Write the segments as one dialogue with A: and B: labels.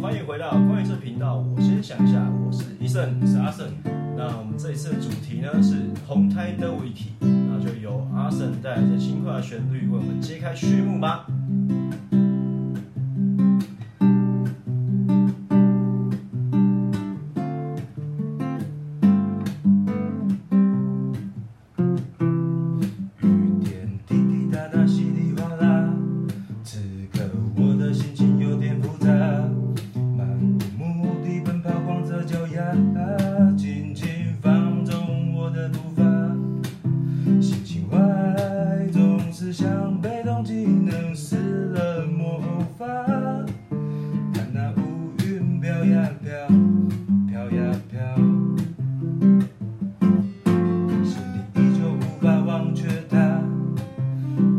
A: 欢迎回到关于这频道。我先想一下，我是医生，我是阿胜。那我们这一次的主题呢是红胎的问题，那就由阿胜带着轻快的旋律为我们揭开序幕吧。雨点滴滴答答，稀里哗啦。此刻我的心情有点复杂，漫无目的奔跑，光着脚丫，轻轻放纵我的步伐。心情坏，总是像被动技能施了魔法，看那乌云飘呀飘，飘呀飘。心里依旧无法忘却他，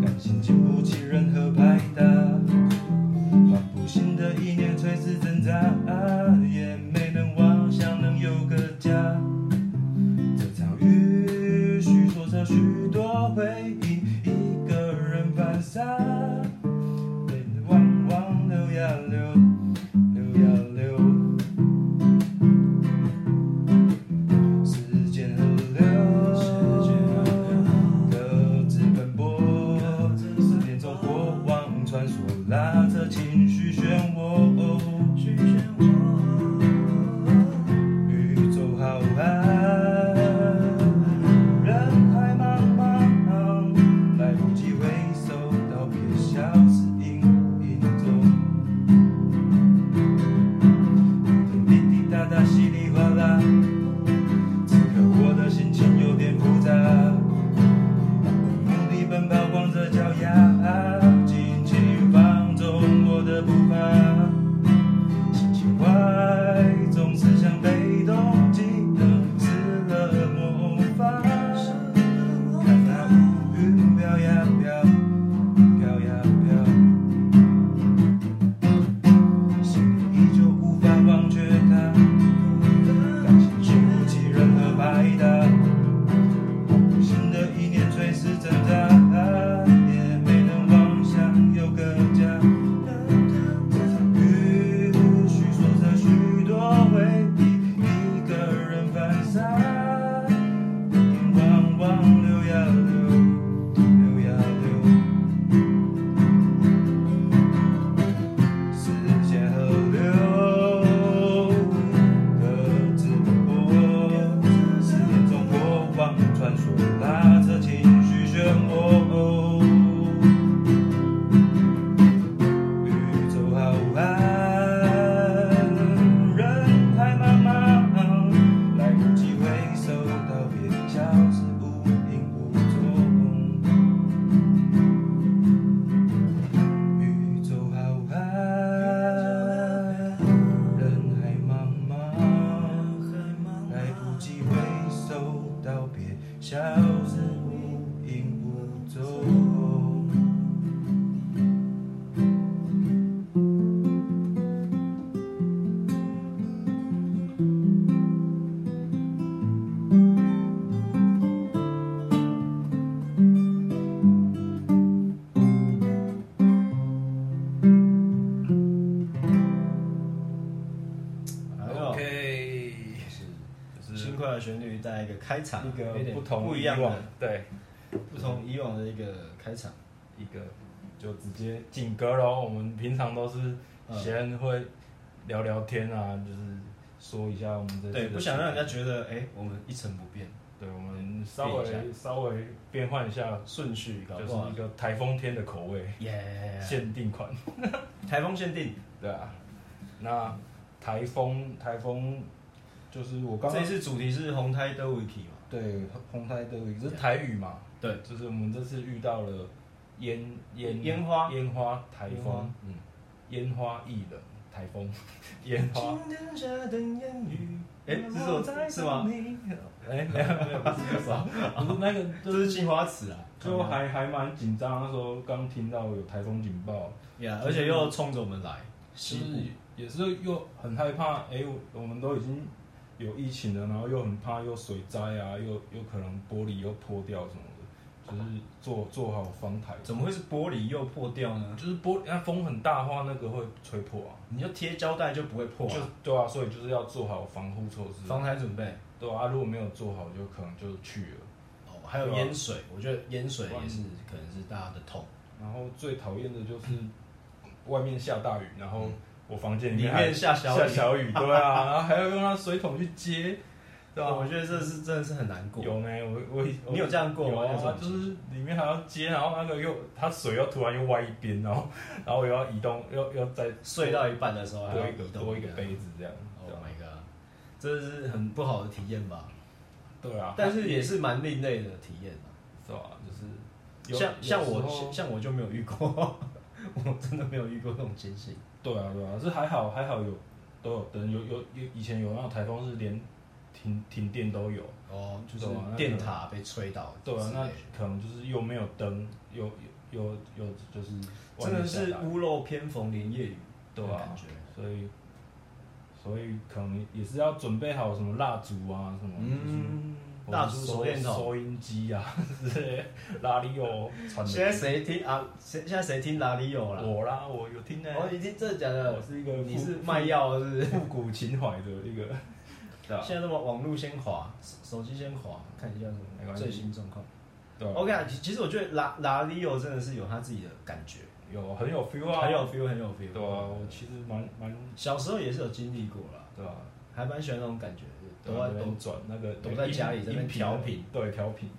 A: 感情经不起任何拍打，换不醒的意念垂死挣扎，也没能妄想能有个家。这场雨叙说着许多回忆，一个人犯傻，泪汪汪流呀流，流呀流。时间河流，各自奔波。十点钟过往穿梭，拉扯情绪漩涡。宇宙浩瀚，人海茫茫，来不及回首，道别消失影影踪。滴滴答答，稀里哗啦。此刻我的心情有点复杂，目的奔跑，光着脚丫，尽情放纵我的步伐。心情坏，总是像被动技能施了魔法，看那乌云飘呀飘，飘呀飘。心里依旧无法忘却他，感情经不起任何拍打，新的一年垂死挣扎，也没能妄想有个家。这场雨叙说着许多回忆，一个人犯傻，汪汪流呀流，流呀流。世界河流，各自奔波。思念从过往穿梭，拉扯情绪漩涡。宇宙浩瀚，人海茫茫，来不及回首道别，消失无影无踪。宇宙浩瀚，人海茫茫，来不及回首道别，消失无影无踪。哎
B: OK，就是
A: 轻快的旋律带一个开场，
B: 一
A: 有
B: 个
A: 点
B: 不同
A: 不一
B: 以
A: 样
B: 往
A: 的、
B: 对
A: 不同以往的一个开场。
B: 一个就直接进歌喽。我们平常都是先会聊聊天啊，就是说一下我们这
A: 对，不想让人家
B: 家
A: 觉得哎、我们一成不变，
B: 对我们稍
A: 变
B: 微稍微变换一下，
A: 顺序搞
B: 就
A: 不
B: 是
A: 好
B: 一。个台风天的口味
A: 耶、
B: 限定款，
A: 台风限定，
B: 对啊。那台风台风就是我刚
A: 这
B: 刚
A: 一次主题是红胎的 wiki 嘛？
B: 对红台的这是台语嘛，
A: 对，
B: 就是我们这次遇到了烟烟
A: 烟花
B: 烟花台
A: 烟花
B: 风，嗯，烟花易冷台风， 烟花。
A: 天下的烟雨，哎、这是我是吗？？
B: 哎，没有没有，不是 不是啊，不是那个，就
A: 这
B: 是
A: 是青花瓷啊，
B: 就还还蛮紧张。那时候刚听到有台风警报，
A: 呀而且又冲着我们来，
B: 就
A: 西
B: 是
A: 部
B: 也是又很害怕。哎，我我们都已经有疫情了，然后又很怕又水灾啊，又有可能玻璃又破掉什么的，
A: 就是做做好防台。
B: 怎么会是玻璃又破掉呢？
A: 就是玻璃，那风很大的话，那个会吹破啊。
B: 你就贴胶带就不会破、
A: 就
B: 啊，
A: 对啊，所以就是要做好防护措施。
B: 防台准备。
A: 对啊，如果没有做好，就可能就去了。
B: 哦，还有
A: 对啊
B: 淹水，我觉得淹水也是可能是大家的痛，
A: 然后最讨厌的就是外面下大雨，然后我房间
B: 嗯里
A: 还
B: 面下小
A: 下
B: 雨，
A: 小雨，对 啊，然后还要用那水桶去接，对
B: 我
A: 啊。
B: 觉得这是真的是很难过。
A: 有呢，我我
B: 你有这样过
A: 有
B: 吗？
A: 啊，
B: 就
A: 就
B: 是
A: 是里面还要接，然后那个又它水又突然又歪一边，然后 然后我又要移动，又又再
B: 睡到一半的时候还要
A: 多一
B: 移
A: 个
B: 动
A: 多一个杯子这样，
B: Oh
A: 对啊
B: my god，这是很不好的体验吧？
A: 对啊，
B: 但是也是蛮另类的体验啊。
A: 是吧？就是有
B: 像像
A: 有时
B: 我
A: 候
B: 像像我就没有遇过， 我真的没有遇过这种情形。
A: 对啊，对啊，是还好还好有都有灯，有有有以前有那种台风是连停停电都有，
B: 哦，就是
A: 对啊那个
B: 电塔被吹倒之
A: 对
B: 类的。
A: 啊，那可能就是又没有灯，又又又又就是外
B: 真的
A: 面下
B: 是
A: 大雨
B: 屋漏偏逢连夜雨
A: 对
B: 的
A: 啊
B: 感觉。
A: 所以所以可能也是要准备好什么蜡烛啊什么，就是
B: 嗯，蜡烛手电筒。
A: 收音机啊 之类，哪里有哦传
B: 现在
A: 的？
B: 谁听啊？谁现在谁听哪里有啦？
A: 我啦，我有听呢、
B: 哦，你听真的假
A: 我
B: 的？
A: 是一个
B: 你
A: 复
B: 是卖药是不是？
A: 复古情怀的一个，对啊，
B: 现在这么网络先滑，手手机先滑，看一下什么
A: 没关系
B: 最新状况。
A: 对啊
B: OK，啊其其实我觉得拉拉里奥真的是有他自己的感觉，
A: 有很有 feel 啊，
B: 很有 feel，很有 feel。
A: 对啊，我其实蛮蛮
B: 小时候也是有经历过啦，
A: 对啊，
B: 还蛮喜欢那种感觉，
A: 都
B: 都在
A: 在
B: 都
A: 都转那个
B: 躲在家里在那边
A: 音
B: 调频，
A: 对调频，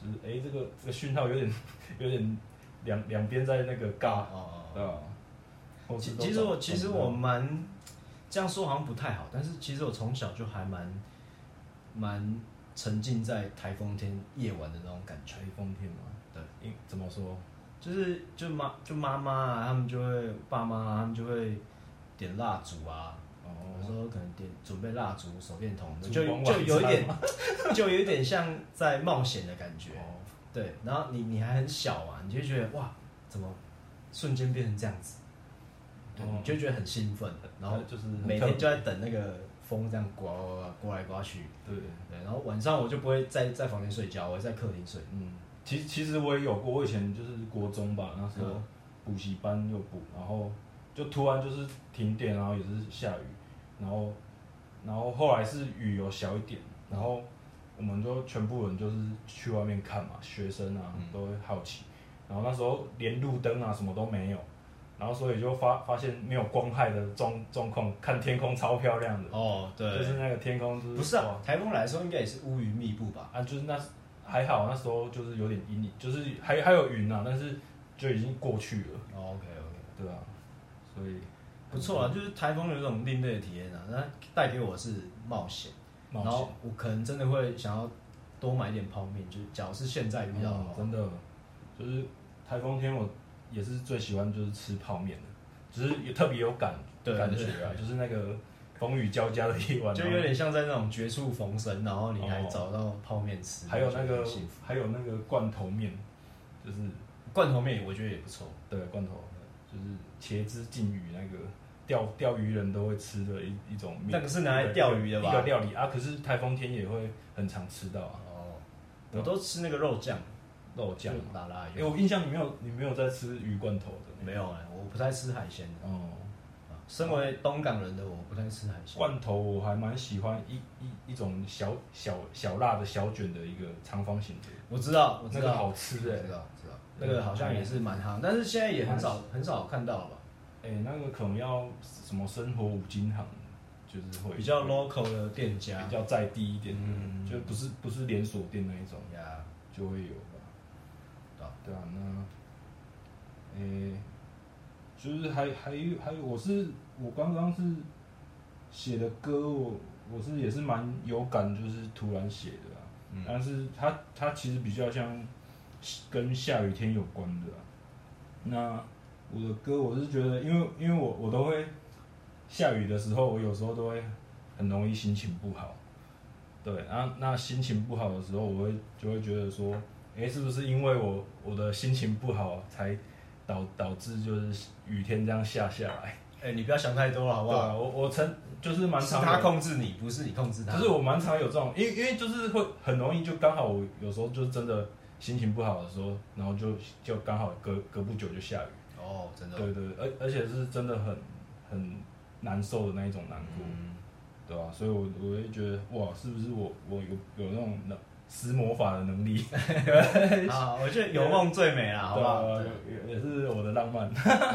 A: 就是哎、这个这个讯号有点 有点两两边在那个尬
B: 哦，哦哦
A: 对啊。或
B: 其
A: 是都
B: 其实我
A: 转
B: 其实我蛮这样说好像不太好，但是其实我从小就还蛮蛮沉浸在台风天夜晚的那种感觉
A: 台，风天嘛，
B: 对，
A: 因怎么说？
B: 就是就妈就妈妈啊，他们就会爸妈啊，他们就会点蜡烛啊，有时
A: 哦，
B: 候可能点准备蜡烛、手电筒，
A: 烛
B: 就
A: 光晚
B: 就有一
A: 餐
B: 点，就有一点像在冒险的感觉。
A: 哦，
B: 对，然后你你还很小啊嘛，你就会觉得哇，怎么瞬间变成这样子？对，
A: 哦
B: 你就觉得很兴奋，然后
A: 就是很
B: 每
A: 特
B: 天
A: 别
B: 就在等那个风这样刮刮刮刮来刮去。
A: 对，
B: 对，然后晚上我就不会在在房间睡觉，我会在客厅睡。
A: 嗯，其实其实我也有过，我以前就是国中吧，那时候
B: 嗯
A: 补习班又补，然后就突然就是停电，然后也是下雨，然后然后后来是雨有小一点，然后我们就全部人就是去外面看嘛，学生啊
B: 嗯
A: 都会好奇，然后那时候连路灯啊什么都没有，然后所以就发发现没有光害的状状况，看天空超漂亮的，
B: 哦，对
A: 嗯就是那个天空就是
B: 不是啊
A: 哇，
B: 台风来的时候应该也是乌云密布吧？
A: 啊，就是那时还好，那时候就是有点阴影，就是还还有云啊，但是就已经过去了，
B: 哦，OK OK，
A: 对啊，所以
B: 不错
A: 嗯
B: 啊，就是台风有一种另类的体验啊，那带给我是冒险，
A: 冒
B: 然
A: 险
B: 后我可能真的会想要多买一点泡面，就是假如是现在遇到的
A: 哦
B: 话，
A: 真的就是台风天，我也是最喜欢就是吃泡面的，只是也特别有感
B: 对
A: 感觉啊，就是那个风雨交加的夜晚，
B: 就有点像在那种绝处逢生，然后你还
A: 哦
B: 找到泡面吃，
A: 还有那
B: 我觉得
A: 个
B: 很幸福
A: 还有那个罐头面，就是
B: 罐头面，我觉得也不错。
A: 对罐头就是茄汁鲫鱼那个。钓钓鱼人都会吃的一一种面，
B: 那个是拿来钓鱼的吧
A: 一个料理啊，可是台风天也会很常吃到啊，
B: 哦，我都吃那个肉酱，
A: 肉酱
B: 就
A: 嘛。
B: 拉拉
A: 哎、
B: 油。
A: 我印象你没有，你没有在吃鱼罐头的。
B: 没有哎、我不太吃海鲜的。
A: 哦，
B: 啊身为东港人的我，不太吃海鲜。
A: 罐头我还蛮喜欢一一一种小小小辣的小卷的一个长方形的，
B: 我知道，我知
A: 那
B: 道，
A: 个好吃哎、
B: 我知道，我知道，那个好像也是蛮夯，但是现在也很少很少看到了吧？
A: 哎、那个可能要什么生活五金行，就是会
B: 比较 local 的店家
A: 比较在地一点的，
B: 嗯
A: 就不是不是连锁店那一种
B: 呀，
A: 就会有吧。
B: 对啊
A: 对啊，那，诶、就是还还有还有，我是我刚刚是写的歌，我我是也是蛮有感，就是突然写的啊。
B: 嗯
A: 但是它它其实比较像跟下雨天有关的啊、那我的歌我是觉得，因为因为我我都会下雨的时候，我有时候都会很容易心情不好。对，啊，那心情不好的时候，我会就会觉得说，诶、是不是因为我我的心情不好才导导致就是雨天这样下下来？
B: 哎，你不要想太多了，好不
A: 对啊，
B: 好？
A: 我我曾就是蛮
B: 是
A: 常
B: 他
A: 有
B: 控制你，不是你控制他。
A: 可是我蛮常有这种，因为因为就是会很容易就刚好我有时候就真的心情不好的时候，然后就就刚好隔隔不久就下雨，
B: 哦，真的哦，
A: 对对，而而且是真的很很难受的那一种难过，
B: 嗯，
A: 对吧、所以我我会觉得哇，是不是我我有有那种能施魔法的能力？
B: 啊，我觉得有梦最美啦，好不好？
A: 对啊也也是我的浪漫，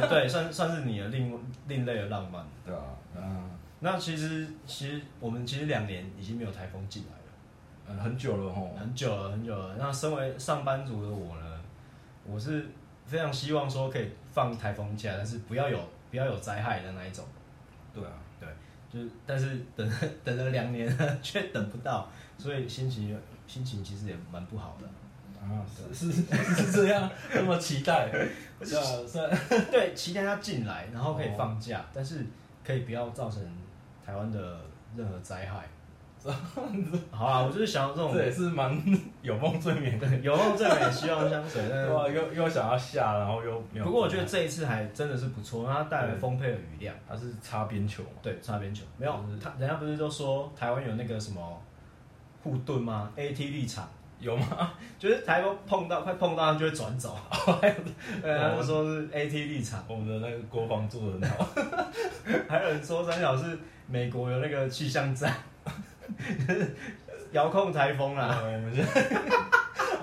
B: 对，算算是你的另另类的浪漫。
A: 对吧、嗯、
B: 那其实其实我们其实两年已经没有台风进来了，
A: 呃很久了吼，
B: 很久了很久了。那身为上班族的我呢，我是非常希望说可以放台风假，但是不要有不要有灾害的那一种。
A: 对啊，
B: 就是但是等 等了两年了，却等不到，所以心情心情其实也蛮不好的。
A: 啊是是是这样，那么期 待，是啊是啊，
B: 对，期待它进来，然后可以放假，但是可以不要造成台湾的任何灾害。 好啊，我就是想要这种
A: 这也是蛮 有梦最美的，
B: 对， 有梦最美，希望相随。但
A: 对吧、又又想要下，然后又没有。
B: 啊不过我觉得这一次还真的是不错，因为它带来丰沛的雨量。
A: 它是擦边球嘛，
B: 对，擦边球没有
A: 嗯，
B: 他人家不是都说台湾有那个什么护盾吗？AT 立场，
A: 有吗？
B: 就是台风碰到快碰到它就会转走。 对，他们说是 AT 立场，
A: 我们的那个国防做的很 好，
B: 还有人说三角是美国有那个气象站，遥控台风啦。
A: 我们现在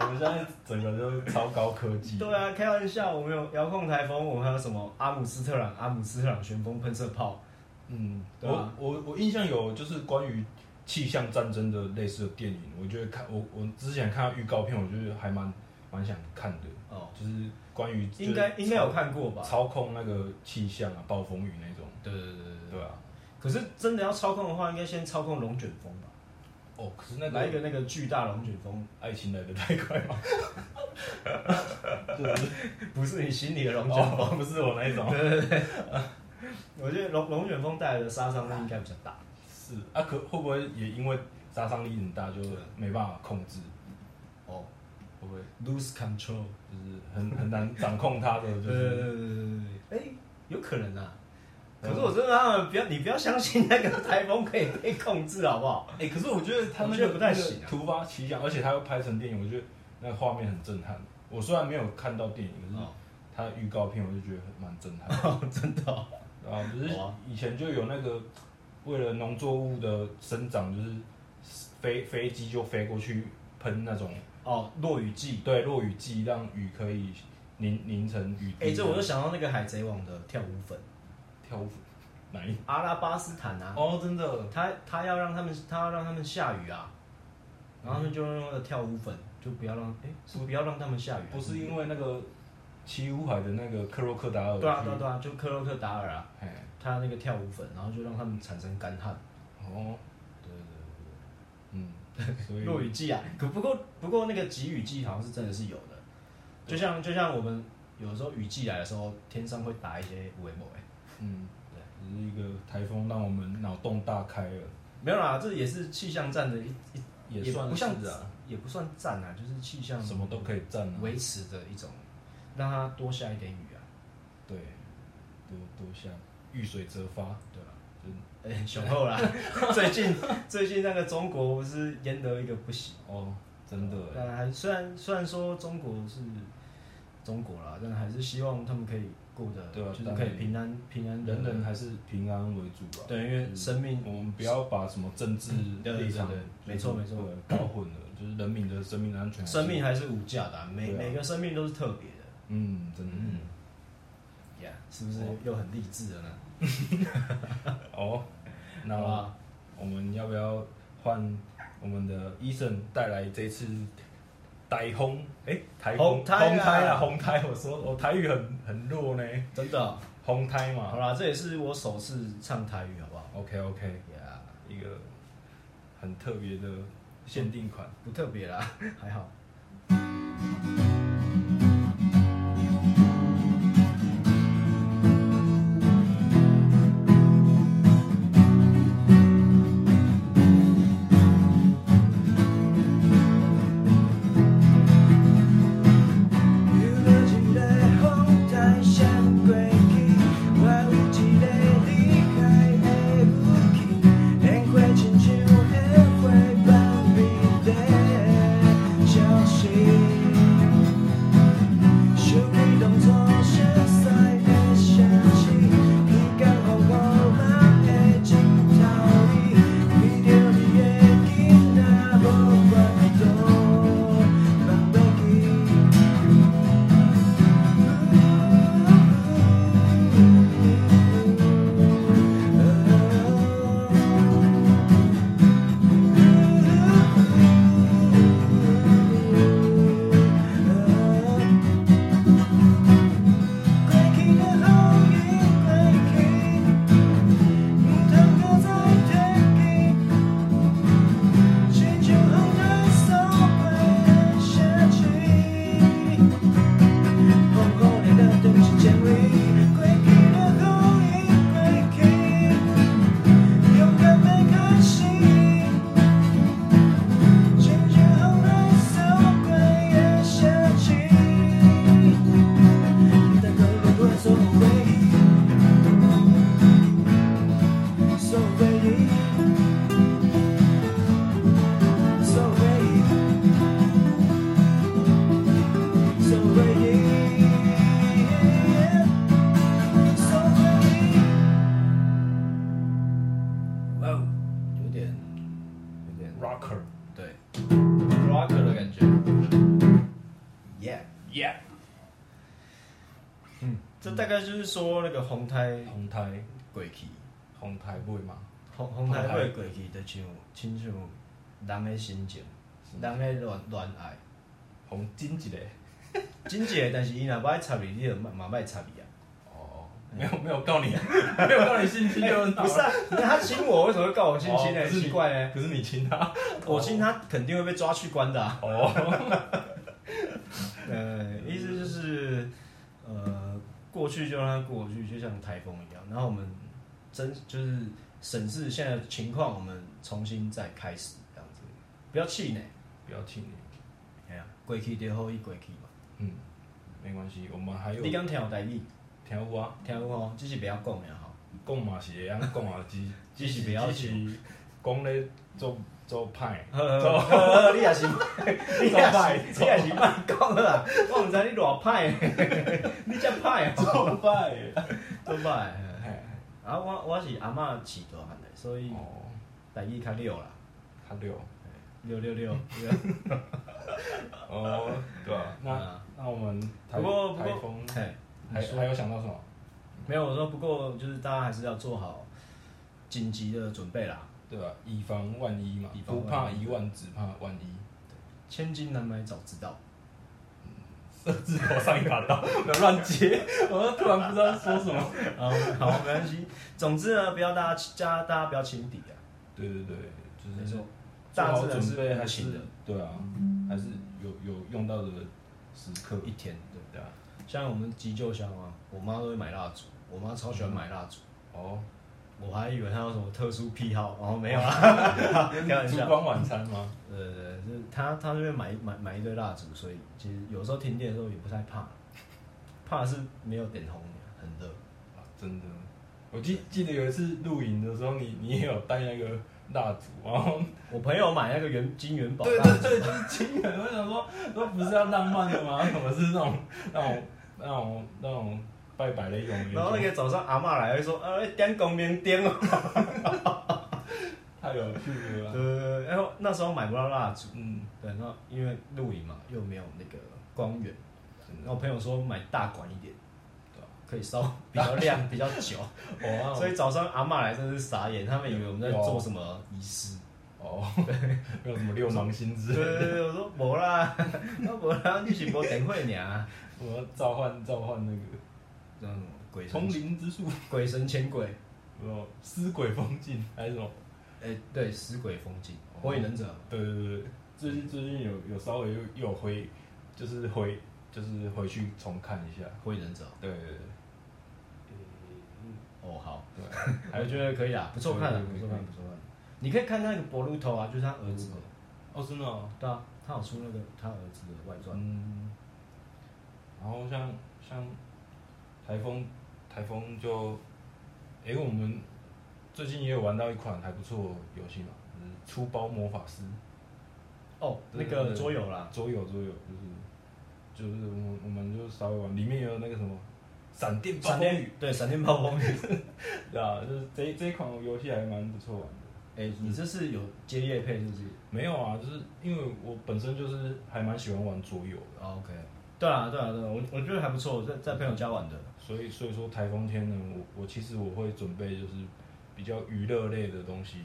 A: 我们现在整个就是超高科技，
B: 对啊，开玩笑，我们有遥控台风，我们还有什么阿姆斯特朗、阿姆斯特朗旋风喷射炮。
A: 嗯，
B: 对啊
A: 我我我印象有就是关于气象战争的类似的电影，我觉得看我我之前看到预告片，我觉得还蛮蛮想看的，
B: 哦，
A: 就是关于就是
B: 应该应该有看过吧？
A: 操控那个气象啊，暴风雨那种，
B: 对对对对对
A: 对啊，
B: 可是真的要操控的话，应该先操控龙卷风吧？
A: 哦，可是那
B: 来一
A: 个
B: 个那个巨大龙卷风，
A: 爱情来的太快嘛，
B: 不是你心里的龙卷风。
A: 哦，不是我那一种，
B: 我觉得龙龙卷风带来的杀伤力应该比较大。
A: 是啊，可会不会也因为杀伤力很大，就没办法控制，
B: 哦
A: 会不会？
B: ，lose control。
A: 就是很很难掌控它的，就
B: 对对对
A: 是
B: 对对对。哎、有可能啊。可是我真的让他们不要，你不要相信那个台风可以被控制，好不好？
A: 哎、可是我觉得他
B: 我
A: 那
B: 觉得
A: 个
B: 不太行啊
A: 那个突发奇想，而且他又拍成电影，我觉得那个画面很震撼。我虽然没有看到电影，可是
B: 哦，
A: 他的预告片我就觉得很蛮震 撼。
B: 真的、哦。
A: 啊，不是
B: 好啊
A: 以前就有那个为了农作物的生长，就是飞飞机就飞过去喷那种
B: 哦，落雨季。
A: 对落雨剂，让雨可以凝凝成雨滴。
B: 哎、这我就想到那个海贼王的跳舞粉，
A: 跳舞哪一？
B: 阿拉巴斯坦啊，
A: 哦，真的
B: 他他要让他们，他要让他们下雨啊，然后他们就用那个跳舞粉，就不要让，哎、是不要让他们下雨、啊
A: 不是因为那个七五海的那个克洛克达尔
B: 对啊
A: 去
B: 对啊对啊，就克洛克达尔啊，
A: 哎，
B: 他那个跳舞粉，然后就让他们产生干旱，
A: 哦，
B: 对对
A: 嗯， 所以
B: 落雨季啊，可不过不过那个集雨季好像是真的是有的，就像就像我们有时候雨季来的时候，天上会打一些微波哎，
A: 嗯，只是一个台风让我们脑洞大开了，
B: 没有啦，这也是气象站的一一也
A: 算
B: 不像
A: 是啊，
B: 也不算站啊，就是气象
A: 什么都可以占啊，
B: 维持的一种，让它多下一点雨啊，
A: 对，多多像遇水则发，
B: 对 吧？
A: 真
B: 哎、雄厚啦！最近最近那个中国不是淹得一个不行，
A: 哦，真的耶，
B: 但啊还虽然虽然说中国是中国啦，但还是希望他们可以过得
A: 对啊
B: 就是
A: 当
B: 可以
A: 然
B: 平安平安地
A: 欸人人还嗯啊是平安为主啊吧，
B: 对，因为生命
A: 我们不要把什么政治
B: 对对
A: 立场
B: 对对没错没错
A: 对搞混了，就是人民的生命安全，
B: 生命，还是无价的啊、每、
A: 对啊
B: 每个生命都是特别的
A: 嗯，真
B: 嗯
A: 的，
B: 呀是不是
A: 哦
B: 又很励志了呢？
A: 哦，那
B: 好啊吧，
A: 我们要不要换我们的医生带来这次台风？哎、台风
B: 红胎啊
A: 红胎啊，红胎！我说我台语很很弱呢，
B: 真的哦、
A: 红胎
B: 好
A: 嘛。
B: 啦，这也是我首次唱台语，好不好？
A: OK OK，
B: 呀、
A: 一个很特别的限定款。
B: 不特别啦， 还好。
C: 有了一个风台上过去，我有一个离开的武器，烟花亲像烟花放面地消失。
B: 大概就是说那个红胎
A: 红胎
B: 鬼气，
A: 红胎会嘛，
B: 红红胎会鬼气，就像亲像人的心情，人的恋恋爱，
A: 红金一个。
B: 真济，但是伊若不爱插你，你就嘛不爱插 伊啊。
A: 哦，没有 没有告你，没有告你性侵就很好
B: 不是啊，那他亲我为什么会告我
A: 哦
B: 性侵呢？
A: 不是你
B: 奇怪呢，
A: 可是你亲他
B: 我亲他肯定会被抓去关的啊。
A: 哦，
B: 呃，意思就是，呃，过去就让它过去，就像台风一样。然后我们真就是审视现在的情况，我们重新再开始这样子，不要气馁。
A: 不要亲你，
B: 哎呀，过去就好，伊过去嘛。
A: 嗯，没关系，我们还有
B: 你敢听有台语？
A: 听有啊，
B: 听有吼，只是不要讲了吼。
A: 讲嘛是会晓讲啊，只
B: 只是不要
A: 只是讲咧做做歹，
B: 呵呵，你也 是，你也
A: 做歹
B: 是，你也是卖讲好啦。 我唔知你偌 歹，你真歹哦，
A: 做歹，
B: 真歹。
A: 嘿
B: 啊，我我是阿嬷饲大汉的，所以
A: 哦，
B: 台语较溜啦。
A: 他六，
B: 六六六，
A: 哦，对啊， 那
B: 嗯
A: 那我们台
B: 不过不过
A: 台风
B: 嘿，
A: 还
B: 你说
A: 还有想到什么？
B: 没有我说，不过就是大家还是要做好紧急的准备啦，
A: 对吧？以防万一嘛
B: 以，防万
A: 不
B: 一
A: 怕一万，只怕万一。
B: 千金难买早知道。
A: 设置头上一把刀，不要乱接，我突然不知道说什么。
B: 啊，
A: 哦
B: 好，没关 系。总之呢，不要大家加大家不要轻敌啊，
A: 对对对，就是
B: 没错，
A: 嗯做
B: 大
A: 好
B: 自然
A: 准
B: 是
A: 备
B: 无
A: 还
B: 情
A: 是
B: 的，
A: 对啊，还是有有用到的时刻，
B: 一天对。
A: 对啊。
B: 像我们急救箱啊，我妈都会买蜡烛，我妈超喜欢买蜡烛，
A: 哦，
B: 我还以为她有什么特殊癖好，哦，没有啊， 开玩
A: 烛
B: 笑。
A: 光晚餐吗？
B: 呃，就是他他那边买买买一堆蜡烛，所以其实有时候停电的时候也不太怕，怕的是没有点红，很热。
A: 啊，真的。我记记得有一次露营的时候，你你也有带那个蜡烛，然后
B: 我朋友买那个元金元宝蜡烛，
A: 对对对，就是亲人。我想说，说不是要浪漫的吗？ 怎么是那种那种那种那种拜拜的一种元
B: 然后那
A: 凶？
B: 个早上阿嬷来会说，呃，点光明灯哦。
A: 太有趣了吧。
B: 对，然后那时候买不到蜡烛，
A: 嗯，
B: 对，然后因为露营嘛，又没有那个光源，
A: 真
B: 然
A: 的。哦
B: 后我朋友说买大管一点
A: 对啊，
B: 可以烧比较亮比较久，
A: 哦，
B: 所以早上阿嬷来真是傻眼，他们以为我们在做什么仪式。
A: 哦， 没有什么六芒星之
B: 对
A: 类
B: 对
A: 的，
B: 对，我说无啦，我无啦，你是无电火尔。
A: 我要召唤召唤那个
B: 嗯，鬼
A: 通
B: 神
A: 灵之术，
B: 鬼神前鬼，
A: 哦，尸鬼风镜还是什么？
B: 哎、对，死鬼风景，
A: 哦
B: 火影忍者，
A: 对对对对，最近最近有有稍微又又有回，就是回就是回去重看一下，
B: 火影忍者，
A: 对对对
B: 哦，好，
A: 对，还
B: 我
A: 有
B: 觉得可以啦，不错看的，啊
A: 可
B: 不
A: 以
B: 错
A: 可以
B: 看，不错看。你可以看那个博鲁头啊，就是他儿子的，
A: 哦真的哦，
B: 对啊，他有出那个他儿子的外传，
A: 嗯，然后像像台风台风就，哎、我们最近也有玩到一款还不错的游戏嘛，就是出包魔法师。
B: 嗯哦，那
A: 对
B: 个
A: 对嗯对
B: 桌游啦，
A: 桌游桌游就是就是我们我们就稍微玩，里面也有那个什么闪电暴
B: 闪
A: 风
B: 电
A: 雨，
B: 对，闪电暴风雨，
A: 对啊，就是这这一款游戏还蛮不错玩的。
B: 哎、你这是有接夜配是不是、
A: 没有啊，就是因为我本身就是还蛮喜欢玩桌游的，
B: o k 对啊，对啊，对啊，我我觉得还不错，在在朋友家玩的，
A: 所以所以说台风天呢，我我其实我会准备就是比较娱乐类的东西，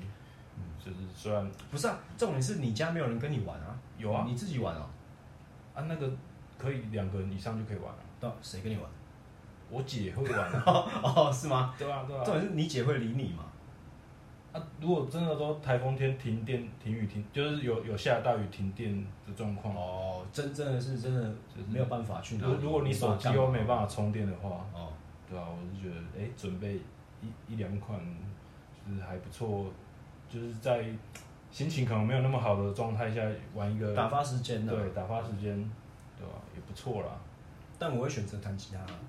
A: 就是虽然
B: 不是啊，重点是你家没有人跟你玩啊，
A: 有啊
B: 你自己玩啊，
A: 啊那个可以两个人以上就可以玩了、
B: 对啊，谁跟你玩？
A: 我姐会玩、啊，
B: 哦，是吗？
A: 对啊对啊
B: 重，点是你姐会理你吗？
A: 啊，如果真的都台风天停电、停雨、停，就是有有下大雨停电的状况，
B: 哦，真真的是真的
A: 就是
B: 没有办法去
A: 如
B: 拿。
A: 果如果你手机又没办
B: 法
A: 法充电的话，
B: 干嘛哦，
A: 对啊，我是觉得，哎、准备一一两款，就是还不错，就是在心情可能没有那么好的状态下玩一个，
B: 打发时间的。
A: 对，打发时间，对吧、也不错啦，
B: 但我会选择弹吉他，啊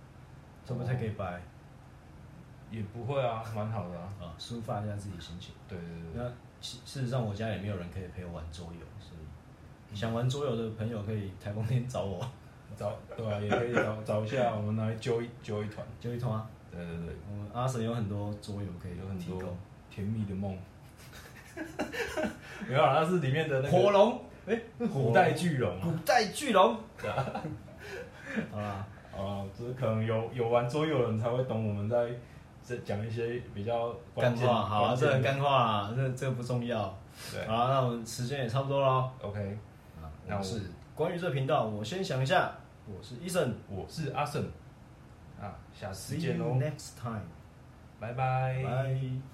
B: 这不太可以掰
A: 也不会啊，蛮好的啊，
B: 啊，抒发一下自己心情。
A: 对对对，
B: 那其事实上我家也没有人可以陪我玩桌游，所以想玩桌游的朋友可以台风天找我，
A: 找对啊，也可以找找一下，我们来揪一揪一团，
B: 就一通啊。
A: 对对对，
B: 我们阿神有很多桌游可以
A: 有很
B: 提
A: 多
B: 供，
A: 甜蜜的梦。 没有啊，那是里面的那
B: 火
A: 啊 个啊，就是可能有有玩桌游的人才会懂我们在在讲一些比较关
B: 干
A: 键
B: 话，好、啊，
A: 关
B: 这
A: 键
B: 很
A: 的
B: 干话、啊，这这个不重要。好、
A: 对
B: 啊，那我们时间也差不多了。
A: ，OK，
B: 啊，
A: 那
B: 我
A: 我
B: 是关于这频道，我先想一下。我是医生，
A: 我是阿胜啊，下次
B: see
A: 见
B: you
A: 喽，
B: next time，
A: 拜拜。
B: 拜。